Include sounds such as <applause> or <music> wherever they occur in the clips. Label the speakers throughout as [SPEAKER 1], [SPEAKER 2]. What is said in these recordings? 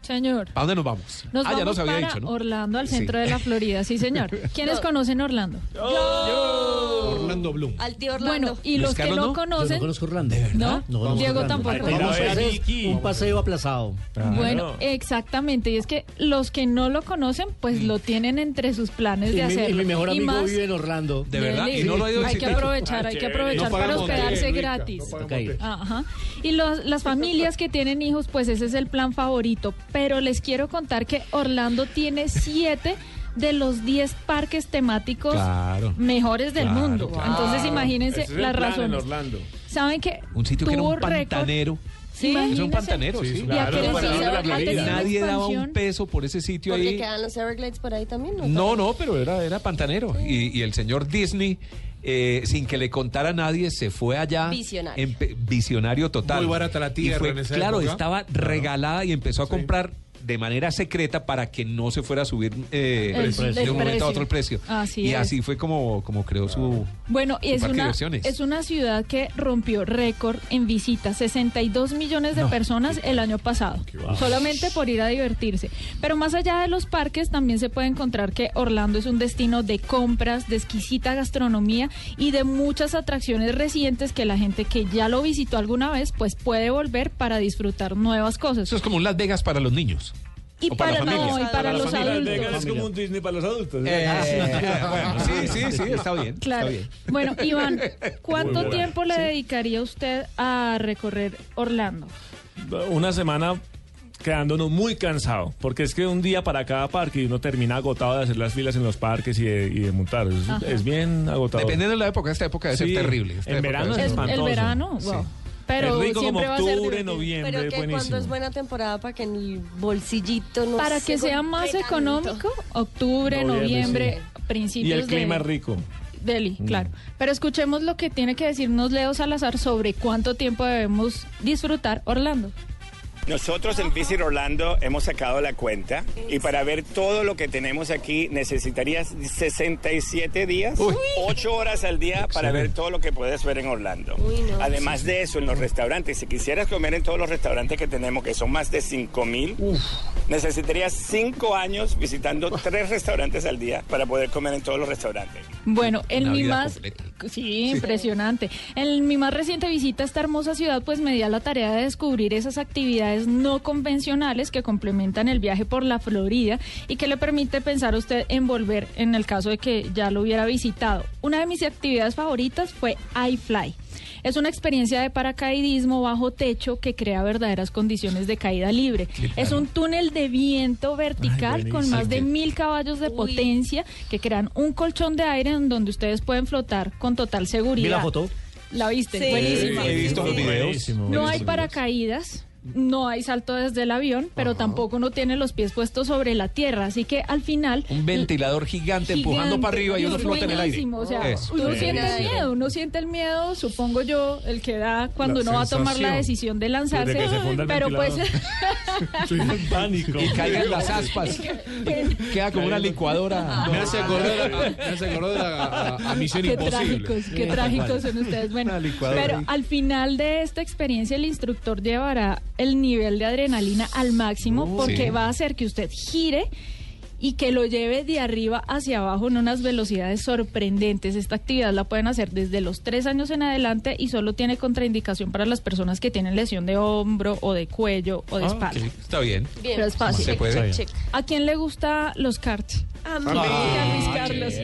[SPEAKER 1] Señor.
[SPEAKER 2] ¿a dónde nos vamos?
[SPEAKER 1] Nos
[SPEAKER 2] ah, ya
[SPEAKER 1] vamos
[SPEAKER 2] nos había
[SPEAKER 1] para
[SPEAKER 2] dicho, ¿no?
[SPEAKER 1] Orlando, al
[SPEAKER 2] Sí.
[SPEAKER 1] centro de la Florida, sí, señor. ¿Quiénes conocen Orlando?
[SPEAKER 2] Orlando Bloom.
[SPEAKER 3] Al tío Orlando.
[SPEAKER 1] Bueno, y
[SPEAKER 2] Luis
[SPEAKER 1] los que
[SPEAKER 2] Carlos,
[SPEAKER 1] no,
[SPEAKER 2] no?
[SPEAKER 4] Yo
[SPEAKER 1] conocen,
[SPEAKER 4] no conozco Orlando. ¿De
[SPEAKER 1] verdad? No, Diego tampoco.
[SPEAKER 4] Vamos a hacer un paseo aplazado.
[SPEAKER 1] bueno, exactamente. Y es que los que no lo conocen, pues lo tienen entre sus planes
[SPEAKER 4] Y
[SPEAKER 1] de
[SPEAKER 4] mi,
[SPEAKER 1] hacerlo.
[SPEAKER 4] y mi mejor amigo
[SPEAKER 1] más,
[SPEAKER 4] vive en Orlando.
[SPEAKER 2] De verdad, y no lo ha ido a
[SPEAKER 1] hay que
[SPEAKER 2] visitar.
[SPEAKER 1] aprovechar, hay que aprovechar
[SPEAKER 2] No paga
[SPEAKER 1] para
[SPEAKER 2] monte,
[SPEAKER 1] hospedarse gratis.
[SPEAKER 4] Ok.
[SPEAKER 1] Ajá. Y los- las familias que tienen hijos, pues ese es el plan favorito. Pero les quiero contar que Orlando tiene siete de los 10 parques temáticos
[SPEAKER 2] Claro.
[SPEAKER 1] mejores del
[SPEAKER 2] Claro,
[SPEAKER 1] mundo.
[SPEAKER 2] claro.
[SPEAKER 1] Entonces imagínense
[SPEAKER 5] Ese es el
[SPEAKER 1] las
[SPEAKER 5] plan en
[SPEAKER 1] razones.
[SPEAKER 5] Orlando.
[SPEAKER 1] ¿Saben que
[SPEAKER 2] Un sitio que era
[SPEAKER 1] tuvo
[SPEAKER 2] un
[SPEAKER 1] récord?
[SPEAKER 2] pantanero.
[SPEAKER 1] Sí,
[SPEAKER 2] Es un
[SPEAKER 1] imagínense.
[SPEAKER 2] pantanero, sí.
[SPEAKER 5] Sí,
[SPEAKER 1] Y aquel
[SPEAKER 5] Claro,
[SPEAKER 1] sitio
[SPEAKER 5] Orlando, la
[SPEAKER 1] ha tenido
[SPEAKER 5] Florida.
[SPEAKER 1] una
[SPEAKER 2] Nadie daba un
[SPEAKER 1] expansión.
[SPEAKER 2] peso por ese sitio
[SPEAKER 3] Porque
[SPEAKER 2] ahí.
[SPEAKER 3] quedan los Everglades por ahí también, ¿no?
[SPEAKER 2] No, no, pero era, era pantanero. Y, y el señor Disney, eh, sin que le contara a nadie, se fue allá.
[SPEAKER 3] Visionario.
[SPEAKER 2] empe- visionario total.
[SPEAKER 5] Muy barata la
[SPEAKER 2] Y
[SPEAKER 5] tierra
[SPEAKER 2] fue-
[SPEAKER 5] en esa
[SPEAKER 2] Claro,
[SPEAKER 5] época.
[SPEAKER 2] estaba regalada y empezó a comprar de manera secreta para que no se fuera a subir eh,
[SPEAKER 1] El precio.
[SPEAKER 2] de un
[SPEAKER 1] El
[SPEAKER 2] momento a otro el
[SPEAKER 1] precio.
[SPEAKER 2] precio.
[SPEAKER 1] Así
[SPEAKER 2] y
[SPEAKER 1] es.
[SPEAKER 2] así fue como, como creó su...
[SPEAKER 1] Bueno, y
[SPEAKER 2] Un
[SPEAKER 1] es
[SPEAKER 2] parque de
[SPEAKER 1] una,
[SPEAKER 2] diversiones.
[SPEAKER 1] es una ciudad que rompió récord en visitas, 62 millones de personas el año pasado, solamente por ir a divertirse. Pero más allá de los parques, también se puede encontrar que Orlando es un destino de compras, de exquisita gastronomía y de muchas atracciones recientes que la gente que ya lo visitó alguna vez, pues puede volver para disfrutar nuevas cosas.
[SPEAKER 2] Eso es como un Las Vegas para los niños.
[SPEAKER 1] Y
[SPEAKER 2] o para
[SPEAKER 1] para,
[SPEAKER 2] la
[SPEAKER 1] no,
[SPEAKER 2] familia.
[SPEAKER 1] y para los adultos.
[SPEAKER 5] Es como un Disney para los adultos.
[SPEAKER 2] Eh, bueno, sí, sí, sí, está bien.
[SPEAKER 1] Claro.
[SPEAKER 2] Está bien.
[SPEAKER 5] <laughs>
[SPEAKER 1] Bueno, Iván, ¿cuánto
[SPEAKER 5] Muy buena.
[SPEAKER 1] tiempo le dedicaría usted a recorrer Orlando?
[SPEAKER 5] Una semana quedándonos muy cansado, porque es que un día para cada parque y uno termina agotado de hacer las filas en los parques y de, y de montar. Es,
[SPEAKER 1] Ajá.
[SPEAKER 5] es bien agotado.
[SPEAKER 2] Dependiendo de la época, esta época debe
[SPEAKER 5] Sí,
[SPEAKER 2] ser terrible. Esta
[SPEAKER 5] en
[SPEAKER 2] época
[SPEAKER 5] verano
[SPEAKER 2] debe
[SPEAKER 5] es
[SPEAKER 1] Es-
[SPEAKER 2] ser-
[SPEAKER 1] el
[SPEAKER 5] espantoso.
[SPEAKER 1] verano, wow.
[SPEAKER 2] Sí.
[SPEAKER 1] Pero
[SPEAKER 5] es rico
[SPEAKER 1] siempre
[SPEAKER 5] como
[SPEAKER 1] va a ser
[SPEAKER 5] octubre,
[SPEAKER 1] divertido.
[SPEAKER 5] noviembre,
[SPEAKER 3] Pero
[SPEAKER 5] es
[SPEAKER 3] que cuando es
[SPEAKER 5] buenísimo.
[SPEAKER 3] buena temporada para que en el bolsillito no
[SPEAKER 1] Para
[SPEAKER 3] se
[SPEAKER 1] que sea
[SPEAKER 3] golpee
[SPEAKER 1] más
[SPEAKER 3] tanto.
[SPEAKER 1] económico, octubre,
[SPEAKER 5] Noviembre,
[SPEAKER 1] noviembre,
[SPEAKER 5] Y
[SPEAKER 1] principios
[SPEAKER 5] el clima es
[SPEAKER 1] de
[SPEAKER 5] rico. Mm.
[SPEAKER 1] Delhi, claro. Pero escuchemos lo que tiene que decirnos Leo Salazar sobre cuánto tiempo debemos disfrutar Orlando.
[SPEAKER 6] Nosotros en Visit Orlando hemos sacado la cuenta y para ver todo lo que tenemos aquí necesitarías 67 días, 8 horas al día para ver todo lo que puedes ver en Orlando. Además de eso, en los restaurantes, si quisieras comer en todos los restaurantes que tenemos, que son más de 5000, necesitarías 5 años visitando 3 restaurantes al día para poder comer en todos los restaurantes.
[SPEAKER 1] Bueno, en
[SPEAKER 2] Una
[SPEAKER 1] mi
[SPEAKER 2] vida
[SPEAKER 1] más
[SPEAKER 2] completa.
[SPEAKER 1] sí, impresionante. En mi más reciente visita a esta hermosa ciudad, pues me di a la tarea de descubrir esas actividades no convencionales que complementan el viaje por la Florida y que le permite pensar a usted en volver en el caso de que ya lo hubiera visitado. Una de mis actividades favoritas fue iFly. Es una experiencia de paracaidismo bajo techo que crea verdaderas condiciones de caída libre. Es un túnel de viento vertical con más de mil caballos de potencia que crean un colchón de aire en donde ustedes pueden flotar con total seguridad.
[SPEAKER 4] ¿Vi la foto?
[SPEAKER 1] ¿La viste?
[SPEAKER 3] Sí.
[SPEAKER 1] Buenísima.
[SPEAKER 2] He visto los videos.
[SPEAKER 5] Buenísimo.
[SPEAKER 1] No hay paracaídas, no hay salto desde el avión, pero tampoco uno tiene los pies puestos sobre la tierra, así que al final
[SPEAKER 2] Un ventilador gigante, empujando
[SPEAKER 1] gigante,
[SPEAKER 2] para arriba y uno flota en el aire.
[SPEAKER 1] buenísimo, o sea,
[SPEAKER 2] Eso.
[SPEAKER 1] uno
[SPEAKER 2] Sí.
[SPEAKER 1] siente el
[SPEAKER 3] Sí.
[SPEAKER 1] miedo, uno siente el miedo, supongo yo, el que da cuando
[SPEAKER 5] La
[SPEAKER 1] uno va a tomar la
[SPEAKER 5] sensación
[SPEAKER 1] decisión de lanzarse,
[SPEAKER 5] desde que se funda el
[SPEAKER 1] pero pues
[SPEAKER 5] ventilador. Estoy en pánico.
[SPEAKER 2] Y caigan <laughs> las
[SPEAKER 1] <laughs>
[SPEAKER 2] aspas.
[SPEAKER 1] Pues,
[SPEAKER 2] Queda como una licuadora.
[SPEAKER 5] Me hace acordar a- me
[SPEAKER 2] hace acordar a, Misión
[SPEAKER 1] Qué trágicos, qué trágicos son ustedes. Bueno,
[SPEAKER 2] Una licuadora
[SPEAKER 1] pero
[SPEAKER 2] ahí.
[SPEAKER 1] al final de esta experiencia el instructor llevará el nivel de adrenalina al máximo porque
[SPEAKER 2] Sí.
[SPEAKER 1] va a hacer que usted gire y que lo lleve de arriba hacia abajo en unas velocidades sorprendentes. Esta actividad la pueden hacer desde los tres años en adelante y solo tiene contraindicación para las personas que tienen lesión de hombro o de cuello o de
[SPEAKER 2] Ah,
[SPEAKER 1] espalda.
[SPEAKER 2] Está bien.
[SPEAKER 3] Bien.
[SPEAKER 1] Pero es fácil.
[SPEAKER 2] Se puede.
[SPEAKER 3] Check, check.
[SPEAKER 1] ¿A quién le gusta los karts?
[SPEAKER 3] A mí.
[SPEAKER 1] Luis Carlos.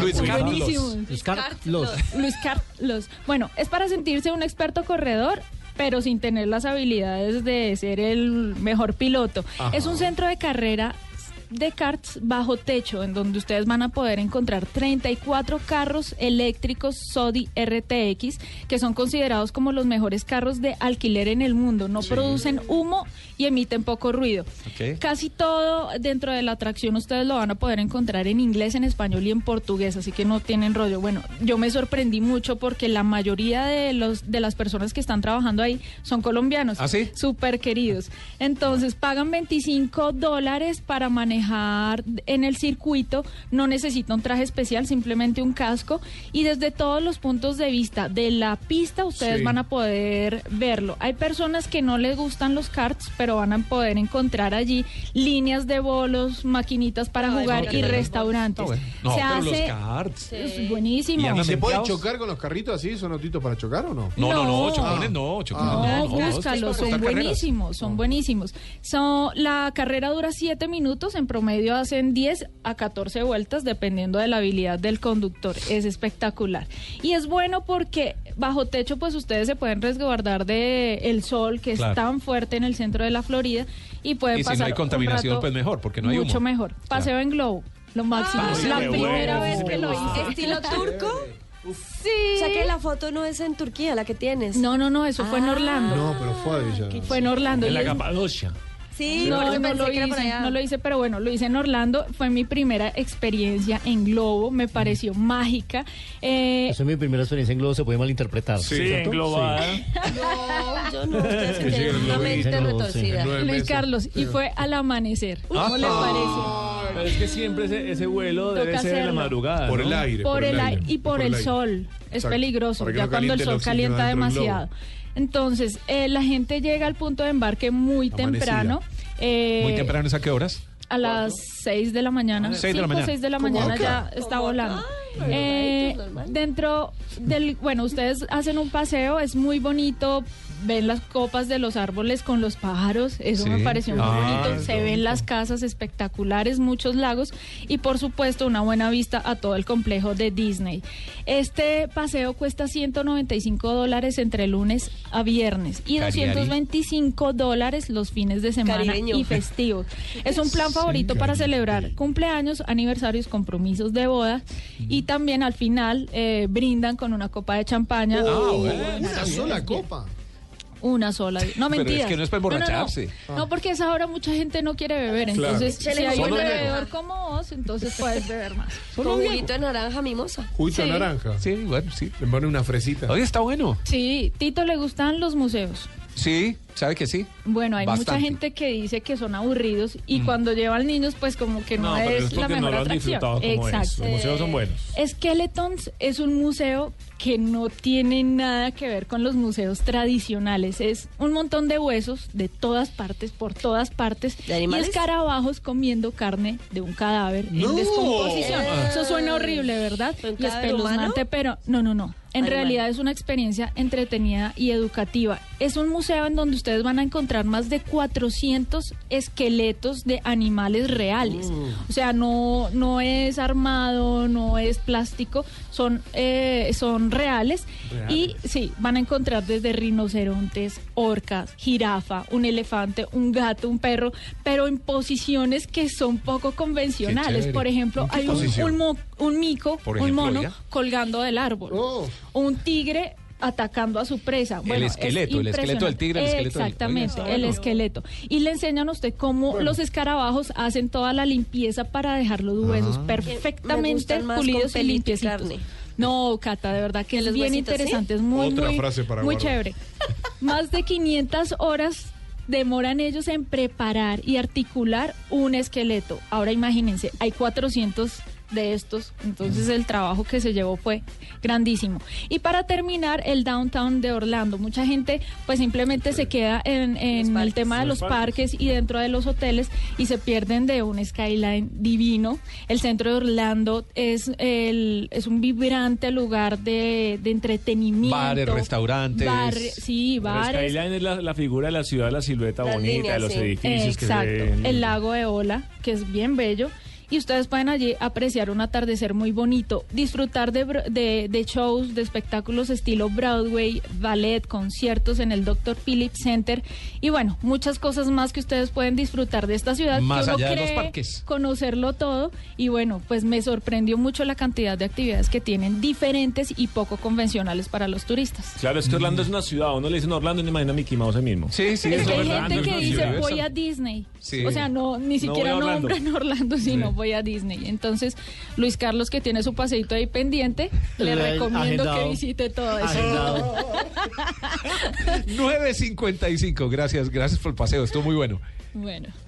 [SPEAKER 2] Luis Carlos.
[SPEAKER 1] Buenísimo.
[SPEAKER 4] Los Car- los.
[SPEAKER 1] Luis Carlos. Bueno, es para sentirse un experto corredor pero sin tener las habilidades de ser el mejor piloto. Es un centro de carrera de karts bajo techo, en donde ustedes van a poder encontrar 34 carros eléctricos Sodi RTX, que son considerados como los mejores carros de alquiler en el mundo. No producen humo y emiten poco ruido.
[SPEAKER 2] Ok.
[SPEAKER 1] Casi todo dentro de la atracción ustedes lo van a poder encontrar en inglés, en español y en portugués, así que no tienen rollo. Bueno, yo me sorprendí mucho porque la mayoría de los de las personas que están trabajando ahí son colombianos.
[SPEAKER 2] ¿Ah, sí?
[SPEAKER 1] Súper queridos. Entonces, pagan 25 dólares para manejar en el circuito, no necesita un traje especial, simplemente un casco y desde todos los puntos de vista de la pista ustedes
[SPEAKER 2] Sí.
[SPEAKER 1] van a poder verlo. Hay personas que no les gustan los karts, pero van a poder encontrar allí líneas de bolos, maquinitas para
[SPEAKER 3] Ay,
[SPEAKER 1] jugar
[SPEAKER 3] no,
[SPEAKER 1] y
[SPEAKER 3] no, no, no.
[SPEAKER 1] restaurantes.
[SPEAKER 2] No, bueno. No,
[SPEAKER 1] Se
[SPEAKER 2] pero
[SPEAKER 1] hace
[SPEAKER 2] los carts.
[SPEAKER 1] es buenísimo.
[SPEAKER 2] Y andan
[SPEAKER 7] ¿Se puede
[SPEAKER 2] menteados.
[SPEAKER 7] chocar con los carritos así? ¿Son autitos para chocar o no?
[SPEAKER 2] No, no, no,
[SPEAKER 1] No. Ah.
[SPEAKER 2] chocones no, chocones
[SPEAKER 1] No,
[SPEAKER 2] Ah, no. no, esto es
[SPEAKER 1] búscalos,
[SPEAKER 2] para
[SPEAKER 1] son
[SPEAKER 2] cortar carreras.
[SPEAKER 1] buenísimos, son buenísimos. So, la carrera dura 7 minutos, en promedio hacen 10 a 14 vueltas, dependiendo de la habilidad del conductor. Es espectacular. Y es bueno porque bajo techo, pues ustedes se pueden resguardar de el sol, que
[SPEAKER 2] Claro.
[SPEAKER 1] es tan fuerte en el centro de la Florida, y pueden
[SPEAKER 2] Y si no
[SPEAKER 1] pasar.
[SPEAKER 2] hay
[SPEAKER 1] un
[SPEAKER 2] contaminación,
[SPEAKER 1] rato
[SPEAKER 2] pues mejor, porque no hay
[SPEAKER 1] Mucho
[SPEAKER 2] humo.
[SPEAKER 1] mejor. Paseo en globo, lo máximo.
[SPEAKER 3] Ah,
[SPEAKER 1] es la
[SPEAKER 5] qué
[SPEAKER 1] primera
[SPEAKER 5] bueno.
[SPEAKER 1] vez que lo hice.
[SPEAKER 3] ¿Estilo turco?
[SPEAKER 1] Sí.
[SPEAKER 3] O sea que la foto no es en Turquía, la que tienes.
[SPEAKER 1] No, no, no, eso fue en
[SPEAKER 3] Ah.
[SPEAKER 1] Orlando.
[SPEAKER 7] No, pero fue a Villa.
[SPEAKER 1] Fue en Orlando.
[SPEAKER 5] En
[SPEAKER 1] y
[SPEAKER 5] la
[SPEAKER 1] es
[SPEAKER 5] Capadocia.
[SPEAKER 3] Sí,
[SPEAKER 1] No,
[SPEAKER 3] porque
[SPEAKER 1] no
[SPEAKER 3] pensé
[SPEAKER 1] lo
[SPEAKER 3] que era por
[SPEAKER 1] hice,
[SPEAKER 3] allá.
[SPEAKER 1] no lo hice, pero bueno, lo hice en Orlando. Fue mi primera experiencia en globo, me pareció
[SPEAKER 7] Mm.
[SPEAKER 1] mágica. Eh,
[SPEAKER 4] Eso es mi primera experiencia en globo, se puede malinterpretar.
[SPEAKER 5] Sí, englobada.
[SPEAKER 3] No, yo no.
[SPEAKER 2] <laughs>
[SPEAKER 3] Ustedes que tienen una mente
[SPEAKER 4] Dicen los- sí.
[SPEAKER 3] retorcida.
[SPEAKER 7] Nueve
[SPEAKER 1] Luis
[SPEAKER 7] meses.
[SPEAKER 1] Carlos, y fue al amanecer.
[SPEAKER 7] Ah,
[SPEAKER 1] ¿Cómo le
[SPEAKER 5] <laughs>
[SPEAKER 1] parece?
[SPEAKER 5] Pero es que siempre ese, ese vuelo
[SPEAKER 1] Toca
[SPEAKER 5] debe ser en la
[SPEAKER 1] hacerlo.
[SPEAKER 5] madrugada.
[SPEAKER 7] Por
[SPEAKER 5] ¿no?
[SPEAKER 7] el aire.
[SPEAKER 1] Por el aire y por el
[SPEAKER 7] aire.
[SPEAKER 1] sol. Es
[SPEAKER 7] Exacto,
[SPEAKER 1] peligroso,
[SPEAKER 7] para que
[SPEAKER 1] ya
[SPEAKER 7] no
[SPEAKER 1] cuando el
[SPEAKER 7] caliente el
[SPEAKER 1] sol
[SPEAKER 7] oxígeno
[SPEAKER 1] calienta
[SPEAKER 7] dentro del globo.
[SPEAKER 1] demasiado. Entonces, eh, la gente llega al punto de embarque muy
[SPEAKER 7] Amanecida.
[SPEAKER 1] temprano. eh,
[SPEAKER 2] Muy temprano, ¿es a qué horas?
[SPEAKER 1] A las 6 de la mañana.
[SPEAKER 2] Seis de la
[SPEAKER 1] 5
[SPEAKER 2] mañana.
[SPEAKER 1] 6 de la
[SPEAKER 7] Como
[SPEAKER 1] mañana
[SPEAKER 7] acá.
[SPEAKER 1] ya está
[SPEAKER 3] Como acá.
[SPEAKER 1] volando.
[SPEAKER 3] Ay,
[SPEAKER 1] Eh,
[SPEAKER 3] normalito, normal.
[SPEAKER 1] dentro del. Bueno, ustedes hacen un paseo, es muy bonito. Ven las copas de los árboles con los pájaros, eso
[SPEAKER 2] Sí.
[SPEAKER 1] me pareció muy
[SPEAKER 2] Ah,
[SPEAKER 1] bonito. Se ven las casas espectaculares, muchos lagos y, por supuesto, una buena vista a todo el complejo de Disney. Este paseo cuesta 195 dólares entre lunes a viernes y
[SPEAKER 2] Cariari.
[SPEAKER 1] 225 dólares los fines de semana
[SPEAKER 3] Caribeño.
[SPEAKER 1] y festivos. Es un plan favorito para celebrar cumpleaños, aniversarios, compromisos de boda y también al final eh, brindan con una copa de champaña.
[SPEAKER 2] Ah,
[SPEAKER 7] Oh,
[SPEAKER 1] Una
[SPEAKER 7] una sola copa.
[SPEAKER 1] Una sola. No,
[SPEAKER 2] Pero es
[SPEAKER 1] mentiras.
[SPEAKER 2] que no es para
[SPEAKER 1] no.
[SPEAKER 2] emborracharse. Ah.
[SPEAKER 1] No, porque a esa hora mucha gente no quiere beber.
[SPEAKER 7] Claro.
[SPEAKER 1] Entonces, si hay un
[SPEAKER 2] Solo
[SPEAKER 1] bebedor
[SPEAKER 2] griego.
[SPEAKER 1] como vos, entonces puedes beber más.
[SPEAKER 3] Con juguito de naranja mimosa.
[SPEAKER 7] Juguito de
[SPEAKER 1] Sí.
[SPEAKER 7] naranja.
[SPEAKER 2] Sí, bueno, sí.
[SPEAKER 7] Le pone una fresita.
[SPEAKER 2] Oye, está bueno.
[SPEAKER 1] Sí, Tito le gustan los museos.
[SPEAKER 2] Sí, sabe que sí.
[SPEAKER 1] Bueno, hay mucha
[SPEAKER 2] Bastante.
[SPEAKER 1] gente que dice que son aburridos y cuando llevan niños, pues como que no,
[SPEAKER 5] No, pero
[SPEAKER 1] es,
[SPEAKER 5] es porque
[SPEAKER 1] la
[SPEAKER 5] no
[SPEAKER 1] mejor
[SPEAKER 5] lo han
[SPEAKER 1] atracción.
[SPEAKER 5] disfrutado como es.
[SPEAKER 1] Exacto.
[SPEAKER 5] Los museos son buenos.
[SPEAKER 1] Skeletons es un museo que no tiene nada que ver con los museos tradicionales. Es un montón de huesos de todas partes, por todas partes.
[SPEAKER 3] ¿De animales?
[SPEAKER 1] Y escarabajos comiendo carne de un cadáver en descomposición. Eso suena horrible, ¿verdad? Y
[SPEAKER 3] ¿Un cadáver
[SPEAKER 1] espeluznante,
[SPEAKER 3] humano?
[SPEAKER 1] pero no, no, no. En
[SPEAKER 3] Animal.
[SPEAKER 1] realidad es una experiencia entretenida y educativa. Es un museo en donde ustedes van a encontrar más de 400 esqueletos de animales reales.
[SPEAKER 2] Mm.
[SPEAKER 1] O sea, no, no es armado, no es plástico, son, eh, son reales. Y sí, van a encontrar desde rinocerontes, orcas, jirafa, un elefante, un gato, un perro, pero en posiciones que son poco convencionales.
[SPEAKER 2] chévere.
[SPEAKER 1] Por ejemplo,
[SPEAKER 2] ¿En qué
[SPEAKER 1] hay un,
[SPEAKER 2] posición?
[SPEAKER 1] un mo- un mico,
[SPEAKER 2] Por
[SPEAKER 1] un
[SPEAKER 2] ejemplo,
[SPEAKER 1] mono
[SPEAKER 2] oiga.
[SPEAKER 1] colgando del árbol.
[SPEAKER 7] Oh.
[SPEAKER 1] Un tigre atacando a su presa. Bueno, es
[SPEAKER 2] esqueleto, el esqueleto del tigre, el esqueleto del-
[SPEAKER 1] Exactamente,
[SPEAKER 2] oiga, está
[SPEAKER 1] el
[SPEAKER 2] bueno.
[SPEAKER 1] esqueleto. Y le enseñan a usted cómo los escarabajos hacen toda la limpieza para dejar los
[SPEAKER 2] Ah.
[SPEAKER 1] huesos
[SPEAKER 3] Me
[SPEAKER 1] perfectamente
[SPEAKER 3] gustan más
[SPEAKER 1] pulidos
[SPEAKER 3] con
[SPEAKER 1] y
[SPEAKER 3] pelito y
[SPEAKER 1] limpiecitos.
[SPEAKER 3] carne.
[SPEAKER 1] No, Cata, de verdad que
[SPEAKER 3] ¿Y
[SPEAKER 1] es
[SPEAKER 3] los
[SPEAKER 1] bien
[SPEAKER 3] huesitos, sí?
[SPEAKER 1] interesante, es muy,
[SPEAKER 7] Otra
[SPEAKER 1] muy,
[SPEAKER 7] frase para
[SPEAKER 1] muy
[SPEAKER 7] guardar.
[SPEAKER 1] chévere. Más de 500 horas demoran ellos en preparar y articular un esqueleto. Ahora imagínense, hay 400 de estos, entonces el trabajo que se llevó fue grandísimo. Y para terminar, el downtown de Orlando. Mucha gente pues simplemente se queda en, en el tema de los parques y dentro de los hoteles y se pierden de un skyline divino. El centro de Orlando es, el, es un vibrante lugar de, de entretenimiento.
[SPEAKER 2] Bares, restaurantes.
[SPEAKER 1] Barri- sí,
[SPEAKER 5] El
[SPEAKER 1] bares.
[SPEAKER 5] skyline es la, la figura de la ciudad, la silueta
[SPEAKER 3] Las
[SPEAKER 5] bonita, de
[SPEAKER 3] líneas,
[SPEAKER 5] los
[SPEAKER 3] sí.
[SPEAKER 5] edificios que se
[SPEAKER 1] Exacto.
[SPEAKER 5] ven.
[SPEAKER 1] El lago de Ola, que es bien bello. y ustedes pueden allí apreciar un atardecer muy bonito, disfrutar de, bro- de- de shows, de espectáculos estilo Broadway, ballet, conciertos en el Dr. Phillips Center y bueno, muchas cosas más que ustedes pueden disfrutar de esta ciudad. que
[SPEAKER 2] Más
[SPEAKER 1] uno
[SPEAKER 2] allá de los
[SPEAKER 1] cree
[SPEAKER 2] parques.
[SPEAKER 1] conocerlo todo y bueno, pues me sorprendió mucho la cantidad de actividades que tienen diferentes y poco convencionales para los turistas.
[SPEAKER 5] Claro, es que Orlando es una ciudad. Uno le dice, no, Orlando no imagina a Mickey Mouse ahí mismo.
[SPEAKER 2] Sí, sí,
[SPEAKER 1] es
[SPEAKER 2] eso
[SPEAKER 1] que hay
[SPEAKER 2] es verdad,
[SPEAKER 1] gente
[SPEAKER 2] no
[SPEAKER 1] que
[SPEAKER 2] es
[SPEAKER 1] dice
[SPEAKER 2] Universal.
[SPEAKER 1] voy a Disney.
[SPEAKER 2] Sí.
[SPEAKER 1] O sea, no, ni
[SPEAKER 5] No
[SPEAKER 1] siquiera
[SPEAKER 5] voy a Orlando.
[SPEAKER 1] nombran Orlando, sino
[SPEAKER 2] Sí.
[SPEAKER 1] voy a Disney. Entonces, Luis Carlos, que tiene su paseíto ahí pendiente, le
[SPEAKER 4] Le-
[SPEAKER 1] recomiendo que
[SPEAKER 4] agendado.
[SPEAKER 1] visite todo eso.
[SPEAKER 4] Agendado.
[SPEAKER 2] 9.55, gracias, gracias por el paseo, estuvo muy bueno.
[SPEAKER 1] Bueno.